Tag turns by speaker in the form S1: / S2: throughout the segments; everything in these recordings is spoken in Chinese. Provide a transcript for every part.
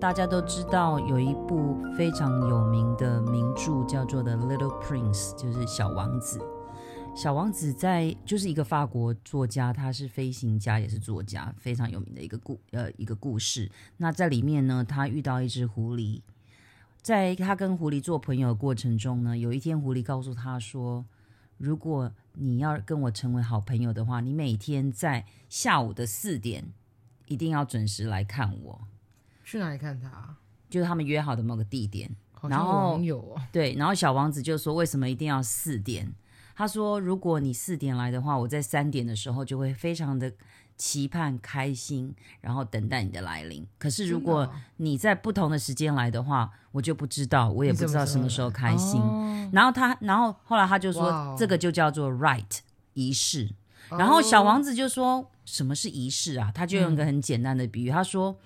S1: 大家都知道有一部非常有名的名著叫做《The Little Prince》，就是小王子。小王子在就是一个法国作家，他是飞行家，也是作家，非常有名的一个故呃一个故事。那在里面呢，他遇到一只狐狸，在他跟狐狸做朋友的过程中呢，有一天狐狸告诉他说：“如果你要跟我成为好朋友的话，你每天在下午的四点一定要准时来看我。
S2: 去哪里看他啊？”
S1: 就是他们约好的某个地点，
S2: 好
S1: 然
S2: 像
S1: 后
S2: 网友哦，
S1: 对，然后小王子就说：“为什么一定要四点？”他说：“如果你四点来的话，我在三点的时候就会非常的期盼、开心，然后等待你的来临。可是如
S2: 真
S1: 果
S2: 的哦
S1: 你在不同的时间来的话，我就不知道，我也
S2: 你
S1: 不
S2: 怎
S1: 知
S2: 么
S1: 道
S2: 知
S1: 什
S2: 道
S1: 么时候开心。
S2: 哦
S1: 然后他，然后后来他就说，
S2: 哇哦
S1: 这个就叫做 right 仪式。然后小王子就说：“什么是仪式啊？”他就用一个很简单的比喻，他说：“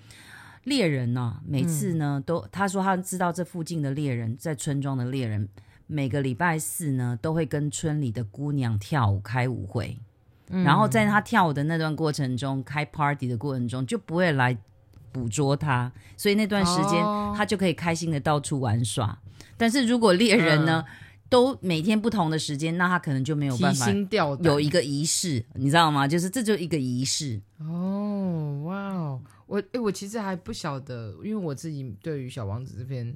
S1: 猎人呢、每次呢、
S2: 嗯
S1: 都，他说他知道这附近的猎人，在村庄的猎人，每个礼拜四呢都会跟村里的姑娘跳舞开舞会，
S2: 嗯
S1: 然后在他跳舞的那段过程中，开 party 的过程中就不会来捕捉他，所以那段时间
S2: 哦
S1: 他就可以开心的到处玩耍。但是如果猎人呢，都每天不同的时间，那他可能就没有
S2: 嗯提
S1: 办法
S2: 心吊胆
S1: 有一个仪式，你知道吗？就是这就一个仪式，
S2: 哦，哇哦，我哎、诶我其实还不晓得，因为我自己对于小王子这篇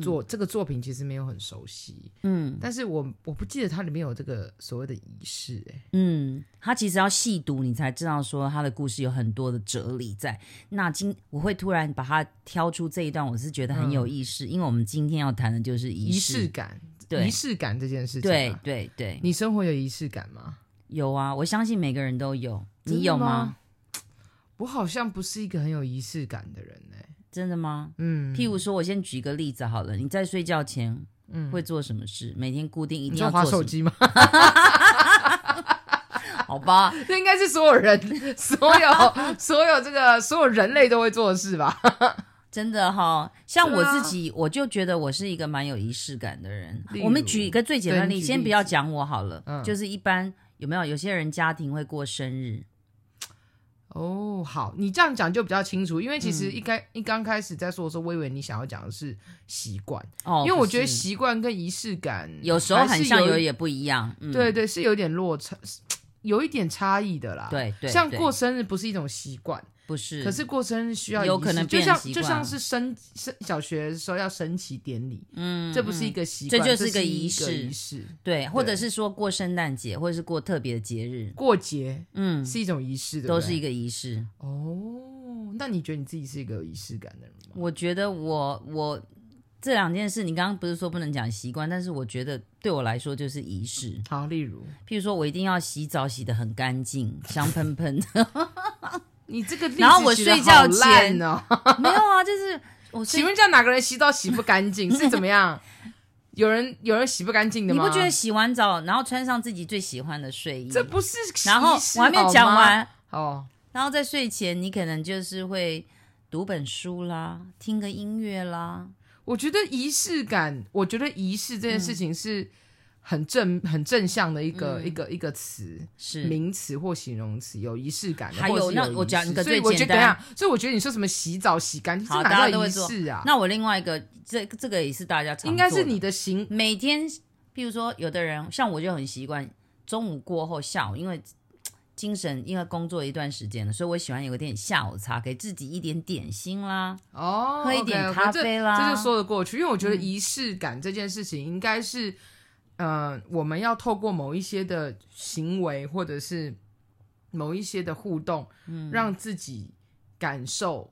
S2: 作、这个作品其实没有很熟悉，
S1: 嗯
S2: 但是我我不记得它里面有这个所谓的仪式、诶
S1: 嗯，他其实要细读，你才知道说他的故事有很多的哲理在。那今我会突然把它挑出这一段，我是觉得很有意思，因为我们今天要谈的就是仪
S2: 嗯仪
S1: 式，
S2: 式感，
S1: 对
S2: 仪式感这件事情、
S1: 对
S2: 啊，
S1: 对对，
S2: 你生活有仪式感吗？
S1: 有啊，我相信每个人都有，
S2: 真
S1: 你
S2: 的
S1: 有
S2: 吗？我好像不是一个很有仪式感的人哎、诶
S1: 真的吗？
S2: 嗯，
S1: 譬如说，我先举一个例子好了，你在睡觉前会做什么事？每天固定一
S2: 嗯你
S1: 定
S2: 说
S1: 要
S2: 划
S1: 做什
S2: 手
S1: 么？
S2: 机吗？
S1: 好吧，
S2: 这应该是所有人、 所有、所有这个所有人类都会做的事吧？
S1: 真的哈、像
S2: 对
S1: 我
S2: 啊
S1: 自己，我就觉得我是一个蛮有仪式感的人
S2: 例。如
S1: 我们举一个最简单的
S2: 对
S1: 例
S2: 你
S1: 子，
S2: 举
S1: 先
S2: 例
S1: 不要讲我好了，
S2: 嗯
S1: 就是一般有没有有些人家庭会过生日，
S2: 哦，好，你这样讲就比较清楚，因为其实一开、
S1: 嗯
S2: 一刚开始在说的时候，我以为你想要讲的是习惯，
S1: 哦，
S2: 因为我
S1: 不是
S2: 觉得习惯跟仪式感
S1: 有时候
S2: 还
S1: 很
S2: 是
S1: 像，
S2: 有
S1: 有也不一样。嗯，
S2: 对对，是有点落差，有一点差异的啦。
S1: 对对
S2: 像
S1: 对
S2: 过生日不是一种习惯，
S1: 不是，
S2: 可是过生日需要
S1: 有
S2: 仪
S1: 可
S2: 式
S1: 能
S2: 就
S1: 变
S2: 像
S1: 习
S2: 就
S1: 惯啊
S2: 像是升升小学的时候要升旗典礼，
S1: 嗯，
S2: 这不是一
S1: 嗯
S2: 个习
S1: 这
S2: 惯，
S1: 就是
S2: 这
S1: 一
S2: 是
S1: 个
S2: 一
S1: 仪
S2: 个
S1: 式
S2: 仪式。
S1: 对，或者
S2: 对
S1: 是说过圣诞节，或者是过特别的节日，
S2: 过节
S1: 嗯，
S2: 是一啊种仪式，对不
S1: 都
S2: 对
S1: 是一个仪式。
S2: 哦。那你觉得你自己是一个有仪式感的人吗？
S1: 我觉得我我这两件事，你刚刚不是说不能讲习惯，但是我觉得对我来说就是仪式。
S2: 好，例如
S1: 譬如说我一定要洗澡洗得很干 净，香喷喷的。
S2: 你这个例子
S1: 然后我
S2: 举得
S1: 睡觉
S2: 好烂
S1: 前
S2: 哦，
S1: 没有啊，就是我睡
S2: 请问这样哪个人洗澡洗不干 净是怎么样？有人有人洗不干净的
S1: 你
S2: 吗？
S1: 不觉得洗完澡，然后穿上自己最喜欢的睡衣，
S2: 这不是？
S1: 然后我还没有讲完，
S2: 哦，
S1: 然后在睡前你可能就是会读本书啦，听个音乐啦，
S2: 我觉得仪式感，我觉得仪式这件事情是
S1: 嗯
S2: 很正、很正向的一个、一个一个词。
S1: 是
S2: 名词或形容词有仪式感的，
S1: 还有
S2: 或者是
S1: 那
S2: 仪式
S1: 我讲一个
S2: 所以
S1: 最
S2: 我觉
S1: 简
S2: 得
S1: 单
S2: 等一下，所以我觉得你说什么洗澡洗干净，这
S1: 好大
S2: 哪
S1: 家
S2: 叫
S1: 都会
S2: 仪
S1: 做
S2: 式啊？
S1: 那我另外一个，这这个也是大家常
S2: 应该
S1: 做
S2: 是
S1: 的
S2: 你的行
S1: 每天，譬如说，有的人像我就很习惯中午过后下午，因为嘖精神因为工作一段时间了，所以我喜欢有点下午茶，给自己一点点心啦。
S2: 哦，
S1: 喝一点
S2: OK，OK，
S1: 咖啡啦嗯
S2: 这，这就说得过去。因为我觉得仪式感这件事情应该是，嗯、我们要透过某一些的行为或者是某一些的互动，嗯，让自己感受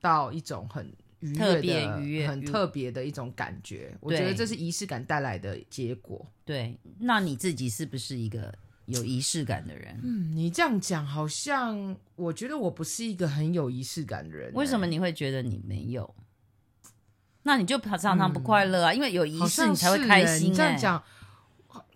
S2: 到一种很愉悦的
S1: 特别愉悦
S2: 很
S1: 愉
S2: 特别的一种感觉。我觉得
S1: 对
S2: 这是仪式感带来的结果。
S1: 对，那你自己是不是一个有仪式感的人？
S2: 嗯，你这样讲好像，我觉得我不是一个很有仪式感的人欸、
S1: 为什么你会觉得你没有？那你就常常不快乐啊，因为有仪
S2: 好
S1: 式
S2: 像
S1: 你才会
S2: 是
S1: 开
S2: 欸
S1: 心、欸。
S2: 你这样，讲，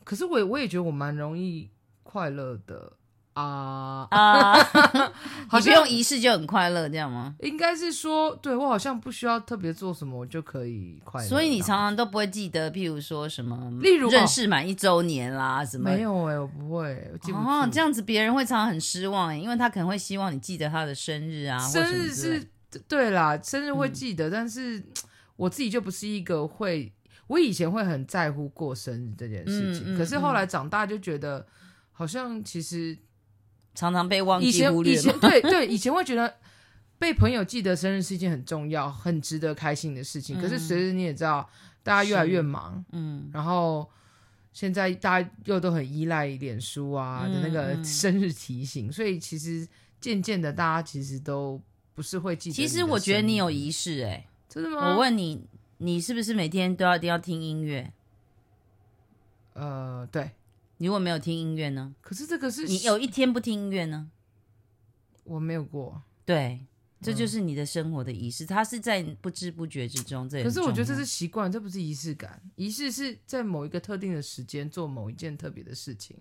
S2: 可是我也我也觉得我蛮容易快乐的啊、
S1: 啊，
S2: 好
S1: 你不
S2: 像
S1: 用仪式就很快乐，这样吗？
S2: 应该是说，对我好像不需要特别做什么，我就可以快乐。
S1: 所以你常常都不会记得，譬如说什么，嗯
S2: 例如哦
S1: 认识满一周年啦，什么哦
S2: 没有哎、我不会，我记不住。
S1: 欸哦，这样子别人会常常很失望耶，因为他可能会希望你记得他的生日啊，或
S2: 生
S1: 什么
S2: 日
S1: 之类的嗯
S2: 是对对啦，生日会记得，但是我自己就不是一个会，我以前会很在乎过生日这件事情，
S1: 嗯嗯
S2: 可是后来长大就觉得，好像其实
S1: 常常被忘
S2: 以
S1: 记
S2: 前
S1: 忽
S2: 以
S1: 略嘛。
S2: 前对对，以前会觉得被朋友记得生日是一件很重要、很值得开心的事情。可是随着你也知道，大家越来越忙，
S1: 嗯，
S2: 然后现在大家又都很依赖脸书啊
S1: 嗯
S2: 的那个
S1: 嗯
S2: 生日提醒，所以其实渐渐的，大家其实都不是会 记得。
S1: 其实我觉得你有，仪式哎、
S2: 真的吗？
S1: 我问你，你是不是每天都要一定要听音乐？
S2: 呃，对，
S1: 你如果没有听音乐呢？
S2: 可是这个是
S1: 你有一天不听音乐呢？
S2: 我没有过，
S1: 对，这
S2: 嗯
S1: 就是你的生活的仪式，它是在不知不觉之中。这也
S2: 可是
S1: 很
S2: 我觉得
S1: 重
S2: 这
S1: 要
S2: 是习惯，这不是仪式感。仪式是在某一个特定的时间做某一件特别的事情。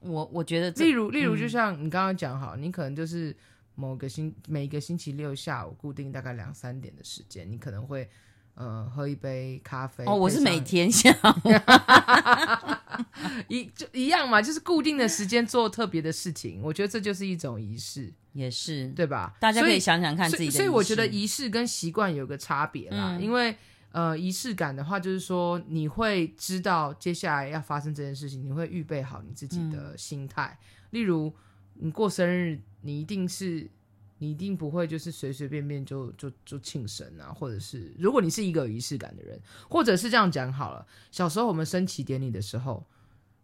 S1: 我我觉得
S2: 例
S1: 这嗯
S2: 如，例如，就像你刚刚讲好，你可能就是某个星每个星期六下午固定大概两三点的时间，你可能会呃喝一杯咖啡。
S1: 哦，我
S2: 配
S1: 是
S2: 上
S1: 每天想
S2: 一就一样嘛，就是固定的时间做特别的事情。我觉得这就是一种仪式，
S1: 也是，
S2: 对吧？
S1: 大家可
S2: 所
S1: 以想想看自己的
S2: 所
S1: 仪式。
S2: 以所以我觉得仪式跟习惯有个差别啦，
S1: 嗯
S2: 因为呃，仪式感的话，就是说你会知道接下来要发生这件事情，你会预备好你自己的心态。例如，你过生日，你一定是。你一定不会就是随随便便就就就庆生啊，或者是如果你是一个有仪式感的人，或者是这样讲好了，小时候我们升旗典礼的时候，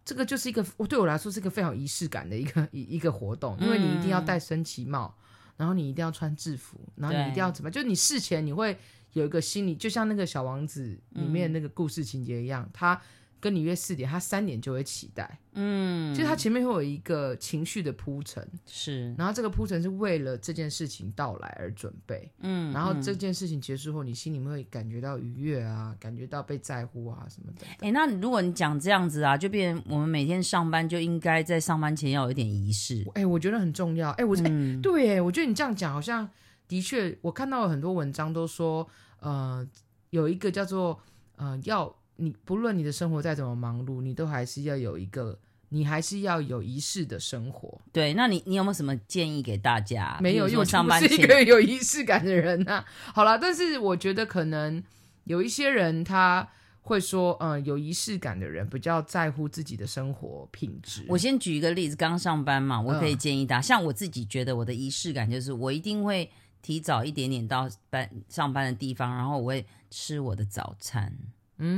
S2: 这个就是一个我对我来说是一个非常有仪式感的一个一一个活动，因为你一定要戴升旗帽，然后你一定要穿制服，然后你
S1: 对
S2: 一定要怎么，就是你事前你会有一个心理，就像那个小王子里面
S1: 嗯
S2: 那个故事情节一样，他。跟你约四点，他三点就会期待，
S1: 嗯，
S2: 就是他前面会有一个情绪的铺陈，
S1: 是
S2: 然后这个铺陈是为了这件事情到来而准备，
S1: 嗯，
S2: 然后
S1: 嗯
S2: 这件事情结束后，你心里面会感觉到愉悦啊，感觉到被在乎啊什么的。
S1: 哎、那如果你讲这样子啊，就变成我们每天上班就应该在上班前要有一点仪式。
S2: 哎、我觉得很重要。哎、我、哎
S1: 嗯，
S2: 对，哎，我觉得你这样讲好像的确，我看到有很多文章都说，呃，有一个叫做呃，要你不论你的生活再怎么忙碌，你都还是要有一个，你还是要有仪式的生活。
S1: 对，那你你有没有什么建议给大家？
S2: 没
S1: 啊比如
S2: 有，因为
S1: 说
S2: 我
S1: 上班
S2: 就不是一
S1: 前，
S2: 个有仪式感的人呐、好啦，但是我觉得可能有一些人他会说，嗯、有仪式感的人比较在乎自己的生活品质。
S1: 我先举一个例子，刚上班嘛，我可以
S2: 嗯
S1: 建议大家，像我自己觉得我的仪式感就是，我一定会提早一点点到班上班的地方，然后我会吃我的早餐，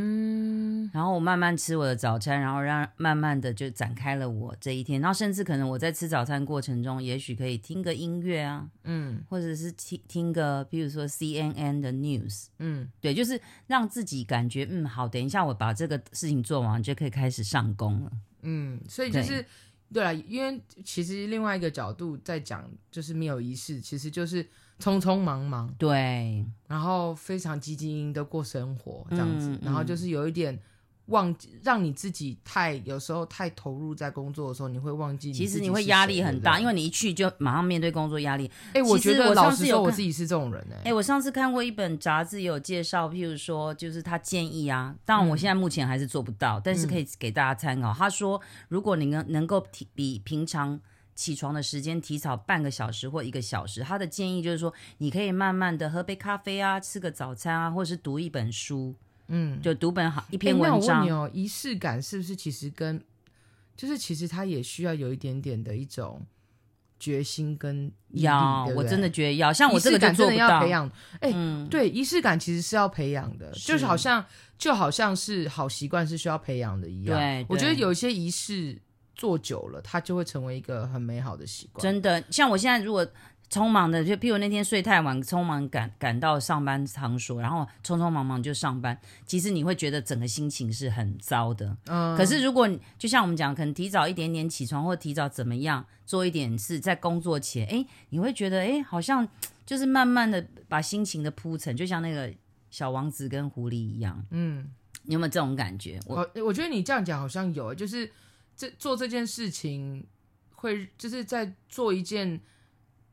S2: 嗯
S1: 然后我慢慢吃我的早餐，然后让慢慢的就展开了我这一天，然后甚至可能我在吃早餐过程中，也许可以听个音乐啊，
S2: 嗯
S1: 或者是听听个，比如说 CNN 的 news，
S2: 嗯
S1: 对，就是让自己感觉嗯好，等一下我把这个事情做完，就可以开始上工了。
S2: 嗯，所以就是对啦，因为其实另外一个角度在讲，就是没有仪式，其实就是匆匆忙忙，
S1: 对，
S2: 然后非常积极营的过生活这样子，
S1: 嗯
S2: 然后
S1: 嗯
S2: 就是有一点忘记，让你自己太有时候太投入在工作的时候，你会忘记。
S1: 其实你会压力很大，因
S2: 为
S1: 为你一去就马上面对工作压力。
S2: 哎、我
S1: 其实
S2: 觉得
S1: 我
S2: 老
S1: 上
S2: 实
S1: 次
S2: 说，
S1: 有
S2: 我
S1: 看
S2: 自己是这种人哎、
S1: 哎，我上次看过一本杂志有介绍，譬如说，就是他建议啊，当
S2: 嗯
S1: 然我现在目前还是做不到，但是可以给大家参考。他说，如果你能能够提比平常。起床的时间提早半个小时或一个小时，他的建议就是说，你可以慢慢的喝杯咖啡啊，吃个早餐啊，或者是读一本书，
S2: 嗯，
S1: 就读本好一
S2: 哎
S1: 篇
S2: 那
S1: 文
S2: 我问
S1: 章
S2: 你。哦，仪式感是不是其实跟，就是其实它也需要有一点点的一种决心跟毅力
S1: 要
S2: 对，不
S1: 我
S2: 对
S1: 真的觉得要，像我
S2: 仪
S1: 这
S2: 式
S1: 个就
S2: 感真
S1: 做
S2: 的
S1: 不
S2: 要
S1: 到
S2: 培。养。哎、
S1: 嗯，
S2: 对，仪式感其实是要培养的，就是是好像就好像是好习惯是需要培养的一样。
S1: 对
S2: 我觉得
S1: 对
S2: 有一些仪式做久了，它就会成为一个很美好的习惯。
S1: 真的，像我现在如果匆忙的，就譬如那天睡太晚，匆忙赶赶到上班场所，然后匆匆忙忙就上班，其实你会觉得整个心情是很糟的。
S2: 嗯
S1: 可是如果你就像我们讲，可能提早一点点起床，或提早怎么样做一点事，在工作前，哎，你会觉得哎，诶好像就是慢慢的把心情的铺陈，就像那个小王子跟狐狸一样，
S2: 嗯，
S1: 你有没有这种感觉？我
S2: 我我觉得你这样讲好像有，就是这做这件事情会就是在做一件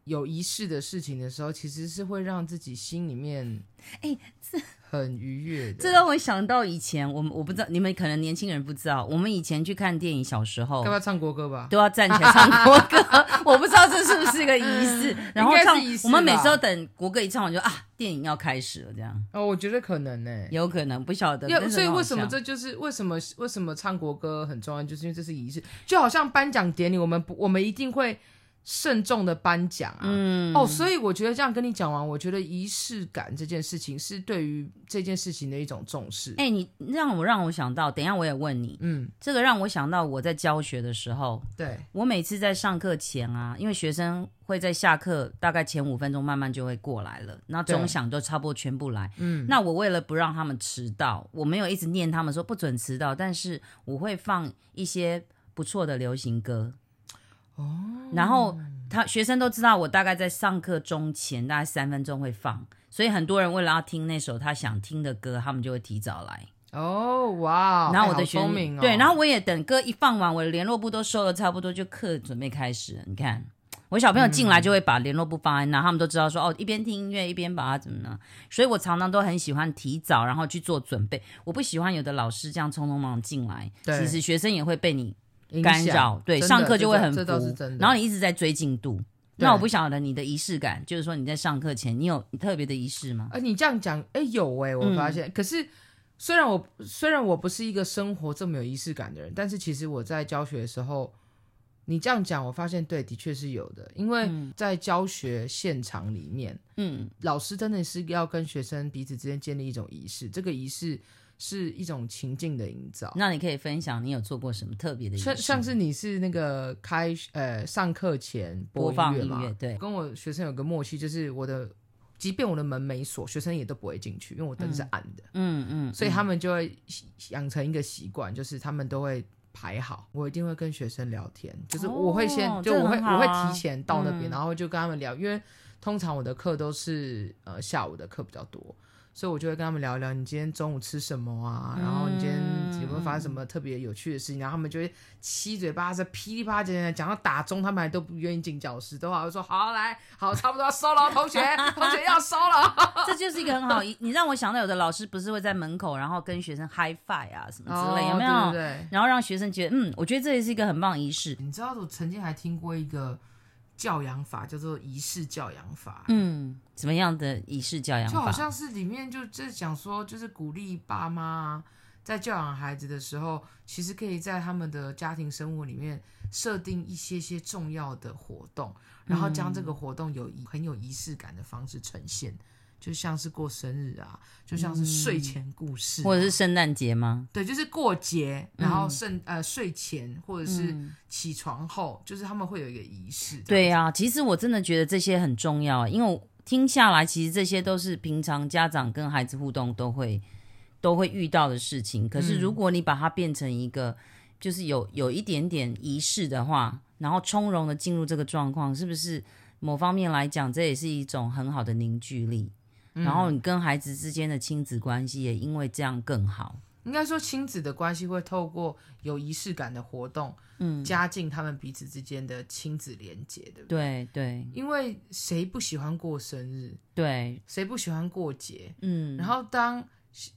S2: 有仪式的事情的时候，其实是会让自己心里面
S1: 哎
S2: 这很愉悦的。
S1: 这让我想到以前，我们我不知道你们可能年轻人不知道，我们以前去看电影，小时候
S2: 要不要唱国歌吧？
S1: 都要站起来唱国歌， 我不知道这是不是一个仪式。然后
S2: 嗯应该是
S1: 唱
S2: 仪，式
S1: 我们每
S2: 吧
S1: 次都等国歌一唱完就啊，电影要开始了，这样
S2: 哦，我觉得可能呢、
S1: 有可能不晓得。
S2: 要
S1: 但是
S2: 所以
S1: 很好
S2: 为什么
S1: 笑
S2: 这就是为什么为什么唱国歌很重要，就是因为这是仪式，就好像颁奖典礼，我们不我们一定会慎重的颁奖啊。
S1: 嗯
S2: 哦，所以我觉得这样跟你讲完，我觉得仪式感这件事情是对于这件事情的一种重视。
S1: 哎、你让我让我想到，等一下我也问你，
S2: 嗯，
S1: 这个让我想到我在教学的时候，
S2: 对，
S1: 我每次在上课前啊，因为学生会在下课大概前五分钟慢慢就会过来了，那
S2: 对
S1: 钟响就差不多全部来。
S2: 嗯，
S1: 那我为了不让他们迟到，我没有一直念他们说不准迟到，但是我会放一些不错的流行歌。哦，然后他学生都知道我大概在上课钟前大概三分钟会放，所以很多人为了要听那首他想听的歌，他们就会提早来。
S2: 哦，哇，
S1: 然后
S2: 哎
S1: 我的
S2: 好
S1: 学
S2: 聪
S1: 生、
S2: 明哦，
S1: 对，然后我也等歌一放完，我的联络簿都收了差不多，就课准备开始了。你看，我小朋友
S2: 嗯
S1: 进来就会把联络簿放在那，他们都知道说哦，一边听音乐一边把它怎么呢？所以我常常都很喜欢提早然后去做准备，我不喜欢有的老师这样匆匆忙忙进来，
S2: 对
S1: 其实学生也会被你
S2: 影
S1: 干
S2: 响
S1: 扰，对，
S2: 真的
S1: 上课就会
S2: 这
S1: 很
S2: 这倒
S1: 浮
S2: 是真的。
S1: 然后你一直在追进度。
S2: 对
S1: 那我不晓得你的仪式感，就是说你在上课前，你有特别的仪式吗？
S2: 啊，你这样讲，哎、有哎、
S1: 嗯
S2: 我发现。可是虽然我虽然我不是一个生活这么有仪式感的人，但是其实我在教学的时候，你这样讲，我发现对，的确是有的。因为在教学现场里面，
S1: 嗯，
S2: 老师真的是要跟学生彼此之间建立一种仪式，这个仪式是一种情境的营造。
S1: 那你可以分享你有做过什么特别的仪式吗？
S2: 像像是你是那个开呃上课前
S1: 播
S2: 播
S1: 放
S2: 乐
S1: 音
S2: 嘛，
S1: 乐，对，
S2: 跟我学生有个默契，就是我的，即便我的门没锁，学生也都不会进去，因为我灯是暗的，
S1: 嗯嗯，
S2: 所以他们就会习养成一个习惯，就是他们都会排好，我一定会跟学生聊天，就是我会先，
S1: 哦
S2: 就
S1: 这
S2: 我会、
S1: 很好
S2: 我会
S1: 啊
S2: 提前到那边，
S1: 嗯
S2: 然后就跟他们聊，因为通常我的课都是呃下午的课比较多。所以我就会跟他们聊一聊，你今天中午吃什么啊？
S1: 嗯
S2: 然后你今天有没有发生什么特别有趣的事情？然后他们就会七嘴八舌、噼里啪啦讲讲到打钟，他们还都不愿意进教室，都好像说好来好，差不多要收了，同学， 同学要收了。
S1: 这就是一个很好， 你让我想到有的老师不是会在门口，然后跟学生 high five 啊什么之类，有没有？
S2: 哦哦对对对，
S1: 然后让学生觉得，嗯，我觉得这也是一个很棒的仪式。
S2: 你知道我曾经还听过一个教养法，叫做仪式教养法，
S1: 嗯，怎么样的仪式教养
S2: 就好
S1: 法？
S2: 像是里面就就是讲说，就是鼓励爸妈啊在教养孩子的时候，其实可以在他们的家庭生活里面设定一些些重要的活动，然后将这
S1: 嗯
S2: 个活动有仪很有仪式感的方式呈现。就像是过生日啊，就像是睡前故事
S1: 嗯
S2: 啊、
S1: 或者是嗯圣诞节吗？
S2: 对，就是过节，然后甚、呃睡前或者是起床后，就是他们会有一个仪式。
S1: 嗯对
S2: 呀、
S1: 呀、其实我真的觉得这些很重要，因为我听下来，其实这些都是平常家长跟孩子互动都会都会遇到的事情。可是如果你把它变成一个，就是有有一点点仪式的话，然后从容的进入这个状况，是不是某方面来讲，这也是一种很好的凝聚力？然后你跟孩子之间的亲子关系也因为这样更好。
S2: 应该说亲子的关系会透过有仪式感的活动，嗯，加进他们彼此之间的亲子连结，对不对？
S1: 对对
S2: 因为谁不喜欢过生日，
S1: 对，
S2: 谁不喜欢过节？
S1: 嗯，
S2: 然后当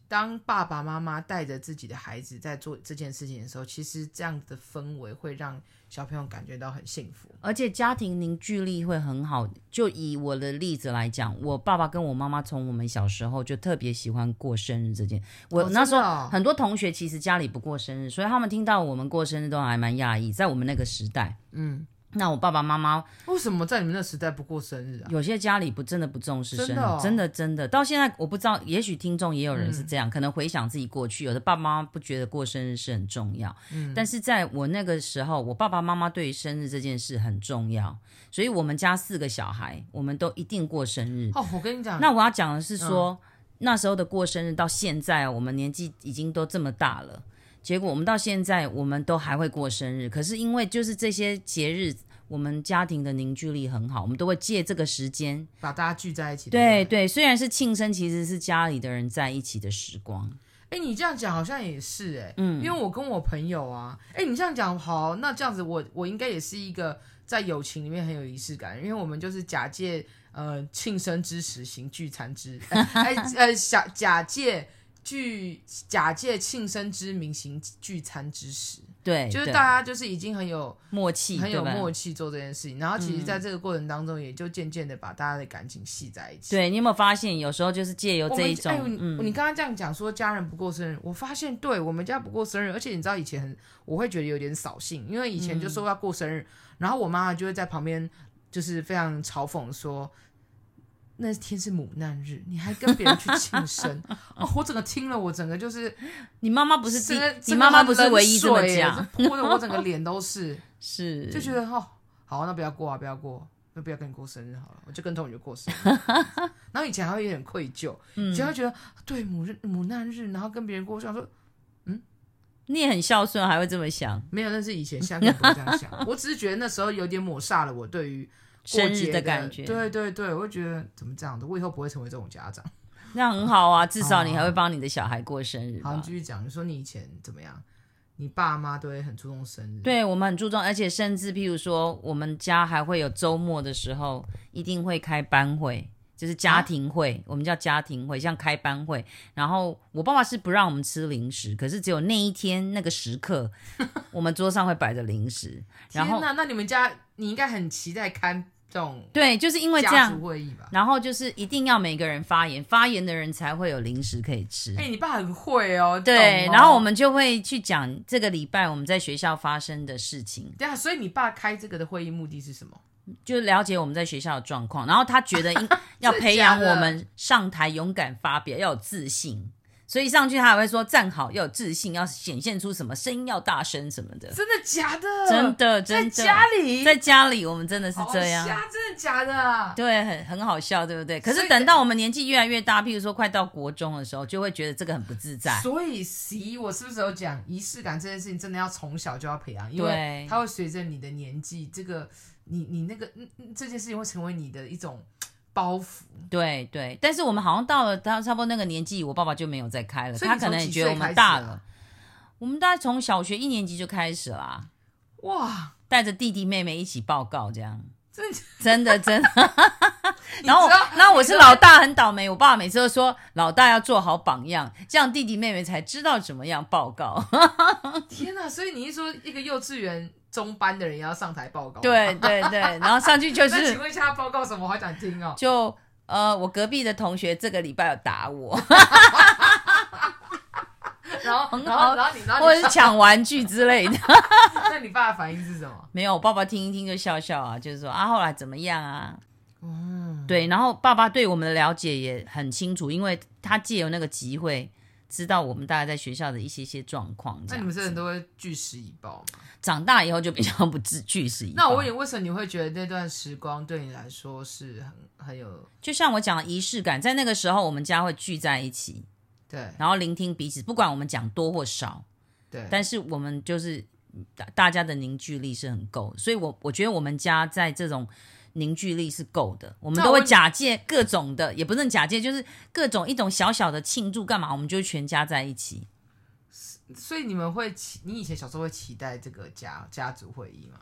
S2: 当爸爸妈妈带着自己的孩子在做这件事情的时候，其实这样的氛围会让小朋友感觉到很幸福。
S1: 而且家庭凝聚力会很好。就以我的例子来讲，我爸爸跟我妈妈从我们小时候就特别喜欢过生日这件。我、
S2: 哦
S1: 那时候、
S2: 真的哦
S1: 很多同学其实家里不过生日，所以他们听到我们过生日都还蛮讶异。在我们那个时代，
S2: 嗯，
S1: 那我爸爸妈妈
S2: 为什么在你们那时代不过生日啊？
S1: 有些家里不真的不重视生日，
S2: 真的哦
S1: 真的真的到现在我不知道，也许听众也有人是这
S2: 嗯
S1: 样，可能回想自己过去，有的爸妈不觉得过生日是很重要，
S2: 嗯
S1: 但是在我那个时候，我爸爸妈妈对于生日这件事很重要，所以我们家四个小孩，我们都一定过生日。
S2: 哦，我跟你讲，
S1: 那我要讲的是
S2: 嗯
S1: 说，那时候的过生日到现在，我们年纪已经都这么大了，结果我们到现在我们都还会过生日，可是因为就是这些节日。我们家庭的凝聚力很好，我们都会借这个时
S2: 嗯
S1: 间。
S2: 把大家聚在一起。
S1: 对
S2: 不
S1: 对，虽然是庆生，其实是家里的人在一起的时光。
S2: 哎、你这样讲好像也是哎、
S1: 嗯
S2: 因为我跟我朋友啊，哎、你这样讲好，那这样子我我应该也是一个在友情里面很有仪式感，因为我们就是假借呃庆生之时行聚餐之， 哎、哎呃假假借聚假借庆生之名行聚餐之时，
S1: 对，
S2: 就是
S1: 哎对
S2: 大家就是已经很有
S1: 默契，
S2: 很有
S1: 对吧嗯
S2: 默契做这件事情，然后其实在这个过程当中，也就渐渐的把大家的感情系在一起。
S1: 对，你有没有发现，有时候就是借由
S2: 我
S1: 这
S2: 们
S1: 一种
S2: 哎，你你
S1: 嗯，
S2: 刚刚这样讲说家人不过生日，我发现对我们家不过生日，而且你知道以前很我会觉得有点扫兴，因为以前就
S1: 嗯
S2: 说要过生日，然后我妈妈就会在旁边就是非常嘲讽说。那天是母难日，你还跟别人去庆 生哦！我整个听了，我整个就是，
S1: 你妈妈不是第
S2: 整个，
S1: 你
S2: 整个
S1: 妈妈不是
S2: 冷
S1: 唯一这么
S2: 水耶
S1: 讲，，
S2: 这泼的我整个脸都是，
S1: 是
S2: 就觉得哦，好，那不要过啊，不要过，那不要跟你过生日好了，我就跟同学过生日。 然后以前还会有点愧疚，
S1: 嗯
S2: 以前会觉得对母日母难日，然后跟别人过，我想说
S1: 你也很孝顺，还会这么想
S2: 没有，那是以前，现在根本不会这样想。我只是觉得那时候有点抹煞了我对于过
S1: 生
S2: 节
S1: 日
S2: 的
S1: 感觉，
S2: 对对对，我会觉得怎么这样的，我以后不会成为这种家长。
S1: 那很好啊，至少你
S2: 哦
S1: 还会帮你的小孩过生日
S2: 好，你
S1: 吧
S2: 继。续讲，你说你以前怎么样？你爸妈都会很注重生日，
S1: 对我们很注重，而且甚至譬如说，我们家还会有周末的时候，一定会开班会，就是家庭会，我们叫家庭会，像开班会。然后我爸爸是不让我们吃零食，可是只有那一天那个时刻， 我们桌上会摆着零食。然
S2: 天
S1: 后
S2: 哪，那你们家你应该很期待看这种
S1: 对，就是因为这
S2: 家
S1: 样
S2: 族，会议吧？
S1: 然后就是一定要每个人发言，发言的人才会有零食可以吃。
S2: 哎、你爸很会哦，
S1: 对，
S2: 懂哦
S1: 然后我们就会去讲这个礼拜我们在学校发生的事情，
S2: 对啊，所以你爸开这个的会议目的是什么？
S1: 就了解我们在学校的状况。然后他觉得 应要
S2: 真的
S1: 培养
S2: 假的
S1: 我们上台勇敢发表，要有自信，所以上去他还会说站好，要有自信，要显现出什么声音要大声什么的。
S2: 真的假的？
S1: 呃真的，真
S2: 在
S1: 的，
S2: 家里
S1: 在家里我们真的是
S2: 好
S1: 这样。
S2: 瞎真的假的？
S1: 对，很很好笑，对不对？可
S2: 所
S1: 是
S2: 以
S1: 等到我们年纪越来越大，譬如说快到国中的时候，就会觉得这个很不自在。
S2: 所以十一，我是不是有讲仪式感这件事情，真的要从小就要培养，因为
S1: 对
S2: 它会随着你的年纪，这个你你那个嗯嗯这件事情会成为你的一种包袱。
S1: 对对，但是我们好像到了他差不多那个年纪，我爸爸就没有再开了，
S2: 所以
S1: 呃他可
S2: 你从
S1: 能也
S2: 几
S1: 觉得
S2: 岁
S1: 我们
S2: 开
S1: 大
S2: 始啊
S1: 了。我们大概从小学一年级就开始啦、啊
S2: 哇，
S1: 带着弟弟妹妹一起报告这样。
S2: 真的
S1: 真的真的， 然后
S2: 你知道
S1: 然后我是老大，很倒霉。我爸每次都说老大要做好榜样，这样弟弟妹妹才知道怎么样报告。
S2: 天哪！所以你一说一个幼稚园中班的人也要上台报告，
S1: 对，对对，然后上去就
S2: 那
S1: 是
S2: 请问一下他报告什么？我好想听哦。
S1: 就呃，我隔壁的同学这个礼拜有打我，
S2: 然后
S1: 很
S2: 然后
S1: 好
S2: 然后你然后
S1: 或
S2: 啊你
S1: 者是抢玩具之类的。
S2: 那你爸的反应是什么？
S1: 没有，我爸爸听一听就笑笑啊，就是说啊，后来怎么样啊？
S2: 嗯，
S1: 对，然后爸爸对我们的了解也很清楚，因为他借由那个集会，知道我们大概在学校的一些些状况。这
S2: 那
S1: 样
S2: 你们这人都会据实以报吗？
S1: 长大以后就比较不自据实以报。
S2: 那我问你，为什么你会觉得那段时光对你来说是很很有
S1: 就像我讲的仪式感，在那个时候我们家会聚在一起，
S2: 对
S1: 然后聆听彼此，不管我们讲多或少，
S2: 对？
S1: 但是我们就是大大家的凝聚力是很够，所以我我觉得我们家在这种凝聚力是够的，我们
S2: 那
S1: 都
S2: 我
S1: 会
S2: 问你
S1: 假借各种的，也不是假借，就是各种一种小小的庆祝干嘛，我们就全家在一起。
S2: 所以你们会期，你以前小时候会期待这个家家族会议吗？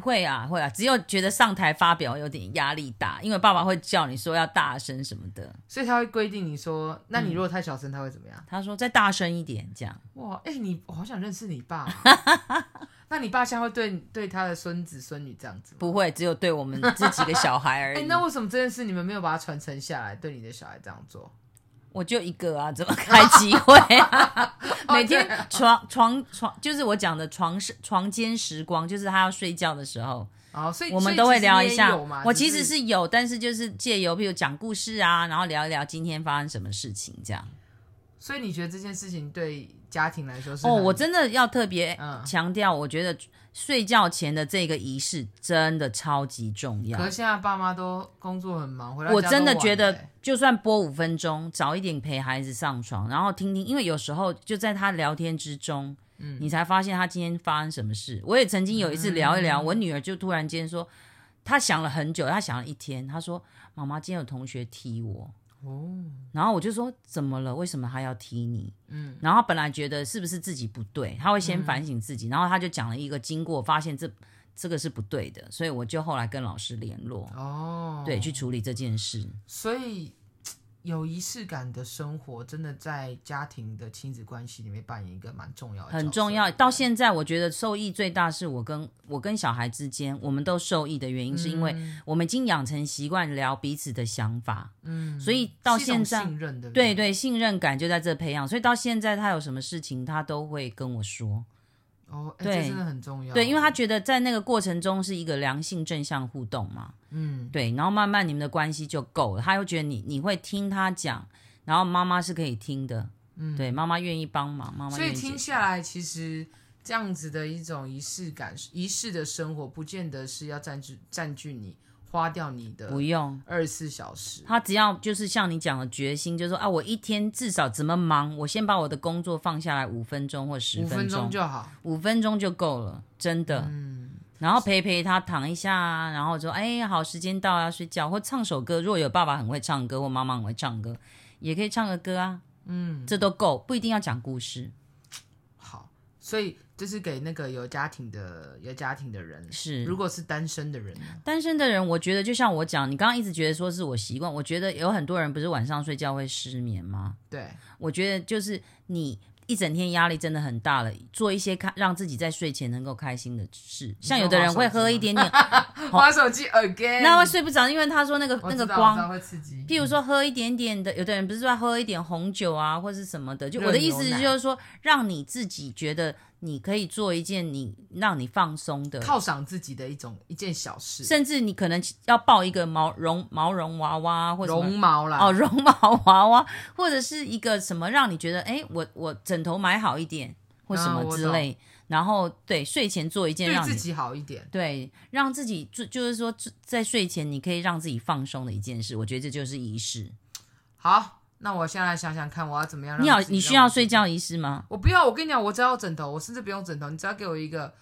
S1: 会啊，会啊，只有觉得上台发表有点压力大，因为爸爸会叫你说要大声什么的，
S2: 所以他会规定你说，那你如果太小声，他会怎么样？
S1: 他说再大声一点这样。
S2: 哇，哎、你我好想认识你爸、啊 那你爸现在会对对他的孙子孙女这样子吗？
S1: 不会，只有对我们这几个小孩而
S2: 哎、
S1: 已。
S2: 那为什么这件事你们没有把它传承下来，对你的小孩这样做？
S1: 我就一个啊，怎么开机会 啊？每天
S2: 哦对
S1: 床床床，就是我讲的床是床间时光，就是他要睡觉的时候，
S2: 哦，所以
S1: 我
S2: 所
S1: 们
S2: 以
S1: 都会
S2: 其实
S1: 聊
S2: 你
S1: 一
S2: 也
S1: 下
S2: 有嘛。
S1: 我
S2: 只
S1: 其实是有，但是就是借由譬如讲故事啊，然后聊一聊今天发生什么事情这样。
S2: 所以你觉得这件事情对家庭来说是
S1: 哦，
S2: 很
S1: 我真的要特别
S2: 嗯
S1: 强调，我觉得睡觉前的这个仪式真的超级重要
S2: 可。是现在爸妈都工作很忙，回来
S1: 我
S2: 家
S1: 真的
S2: 都晚
S1: 觉
S2: 了
S1: 得
S2: 欸，
S1: 就算播五分钟，早一点陪孩子上床，然后听听，因为有时候就在他聊天之中，
S2: 嗯
S1: 你才发现他今天发生什么事。我也曾经有一次聊一
S2: 嗯
S1: 聊，我女儿就突然间说，她想了很久，她想了一天，她说：“妈妈，今天有同学踢我。”
S2: 哦，
S1: 然后我就说怎么了？为什么他要踢你？
S2: 嗯
S1: 然后本来觉得是不是自己不对，他会先反省自
S2: 嗯
S1: 己，然后他就讲了一个经过，发现这这个是不对的，所以我就后来跟老师联络，
S2: 哦，
S1: 对，去处理这件事。
S2: 所以有仪式感的生活，真的在家庭的亲子关系里面扮演一个蛮重要的，
S1: 很重要。到。现在，我觉得受益最大是我跟我跟小孩之间，我们都受益的原因，是因为
S2: 嗯
S1: 我们已经养成习惯聊彼此的想法，嗯，所以到
S2: 是一种
S1: 现在，
S2: 信任的，
S1: 对对，信任感就在这培养。所以到现在，他有什么事情，他都会跟我说，
S2: 哦，哎
S1: 对
S2: 这真的很重要。
S1: 对，因为他觉得在那个过程中是一个良性正向互动嘛，
S2: 嗯，
S1: 对，然后慢慢你们的关系就够了，他又觉得你你会听他讲，然后妈妈是可以听的，嗯，对，妈妈愿意帮忙，妈妈
S2: 所
S1: 愿
S2: 以
S1: 意解
S2: 听
S1: 释
S2: 下来，其实这样子的一种仪式感、仪式的生活，不见得是要占据占据你花掉你的
S1: 不用。
S2: 二十四小时。
S1: 他只要就是像你讲的决心，就是说啊，我一天至少怎么忙，我先把我的工作放下来五分钟或十
S2: 五分
S1: 钟，
S2: 钟就嗯好，
S1: 五分钟就够了，真的。然后陪陪他躺一下啊，然后说哎，好，时间到要睡觉，或唱首歌。如果有爸爸很会唱歌，或妈妈很会唱歌，也可以唱个歌啊。嗯，这都够，不一定要讲故事。
S2: 好，所以这是给那个有家庭的有家庭的人。
S1: 是，
S2: 如果是单身的人呢？
S1: 单身的人，我觉得就像我讲，你刚刚一直觉得说是我习惯，我觉得有很多人不是晚上睡觉会失眠吗？
S2: 对，
S1: 我觉得就是你一整天压力真的很大了，做一些开让自己在睡前能够开心的事，像有的人会喝一点点，
S2: 花手机 again，
S1: 那会睡不着，因为他说那个
S2: 我
S1: 那
S2: 知
S1: 个
S2: 道我知道
S1: 光。
S2: 会刺激。
S1: 譬如说喝一点点的，有的人不是说喝一点红酒啊，或是什么的。就我的意思
S2: 热牛奶
S1: 就是说，让你自己觉得你可以做一件你让你放松的，
S2: 犒赏自己的一种一件小事，
S1: 呃甚至你可能要抱一个毛绒毛绒娃娃或者
S2: 绒毛啦。
S1: 哦，绒毛娃娃，或者是一个什么让你觉得，哎，我我枕头买好一点，或什
S2: 啊
S1: 么
S2: 我
S1: 之
S2: 懂
S1: 类，然后对睡前做一件
S2: 对
S1: 让
S2: 自
S1: 你
S2: 己好一点。
S1: 对让自己就就是说在睡前你可以让自己放松的一件事，我觉得这就是仪式。
S2: 好，那我现在想想看，我要怎么样啊让
S1: 你要
S2: 自己
S1: 你需
S2: 让
S1: 要
S2: 我
S1: 睡觉仪式吗？
S2: 我不要，我跟你讲，我只要有枕头，我甚至不用枕头，你只要给我一个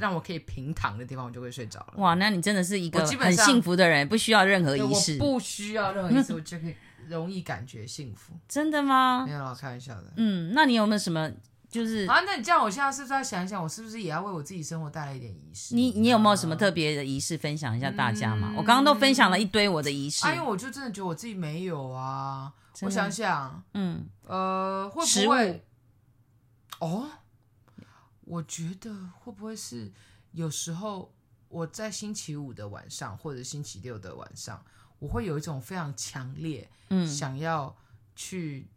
S2: 让我可以平躺的地方，我就会睡着了。
S1: 哇，那你真的是一个
S2: 基本
S1: 很
S2: 上
S1: 幸福的人，不需要任何
S2: 对
S1: 仪
S2: 我
S1: 式，
S2: 不需要任何仪式，我就可以容易感觉幸福。
S1: 真的吗
S2: 没？有啦，开玩笑的。
S1: 嗯，那你有没有什么就是
S2: 啊，那你这样，我现在是不是要想一想，我是不是也要为我自己生活带来一点仪式？
S1: 你你有没有
S2: 啊
S1: 什么特别的仪式分享一下大家吗？我刚刚都分享了一堆我的仪式
S2: 啊，，因为我就真的觉得我自己没有啊。
S1: 真
S2: 我
S1: 的
S2: 想想，
S1: 嗯，
S2: 呃，会
S1: 食
S2: 不
S1: 物
S2: 会？哦，我觉得会不会是有时候我在星期五的晚上或者星期六的晚上，我会有一种非常强烈，
S1: 嗯
S2: 想要去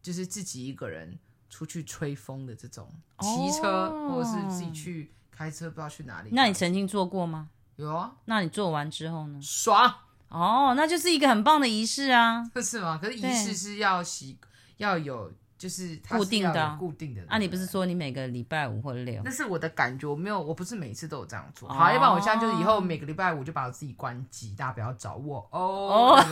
S2: 就是自己一个人出去吹风的这种，骑车、
S1: 哦
S2: 或者是自己去开车，不知道去哪里。
S1: 那你曾经做过吗？
S2: 有啊，
S1: 那你做完之后呢？
S2: 爽，
S1: 哦，那就是一个很棒的仪式啊！
S2: 这是吗？可是仪
S1: 对
S2: 式是要习要有。就是它是
S1: 固定的
S2: 要有
S1: 啊
S2: 固定的。
S1: 啊，你
S2: 对
S1: 不是
S2: 对
S1: 说你每个礼拜五或六？
S2: 那是我的感觉，我没有，我不是每次都有这样做。
S1: 哦
S2: 好，要不然我现在就是以后每个礼拜五就把我自己关机，大家不要找我
S1: 哦
S2: 哦。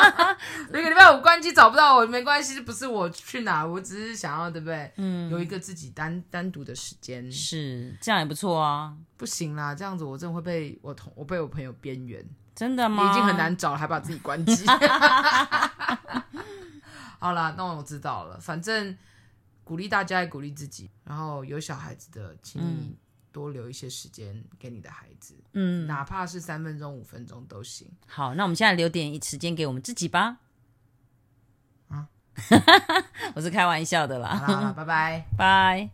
S2: 每个礼拜五关机找不到我没关系，不是我去哪，我只是想要对不对？嗯，有一个自己单单独的时间，
S1: 是这样也不错啊，
S2: 不行啦，这样子我真的会被我同我被我朋友边缘，
S1: 真的
S2: 你
S1: 吗？
S2: 已经很。难找了，还把自己关 机。好啦，那我知道了，反正鼓励大家，也鼓励自己，然后有小孩子的，请你多留一些时间给你的孩子，
S1: 嗯，
S2: 哪怕是三分钟、五分钟 都行。
S1: 好，那我们现在留点时间给我们自己吧。
S2: 啊，
S1: 我是开玩笑的啦，
S2: 好啦，拜拜。
S1: 拜。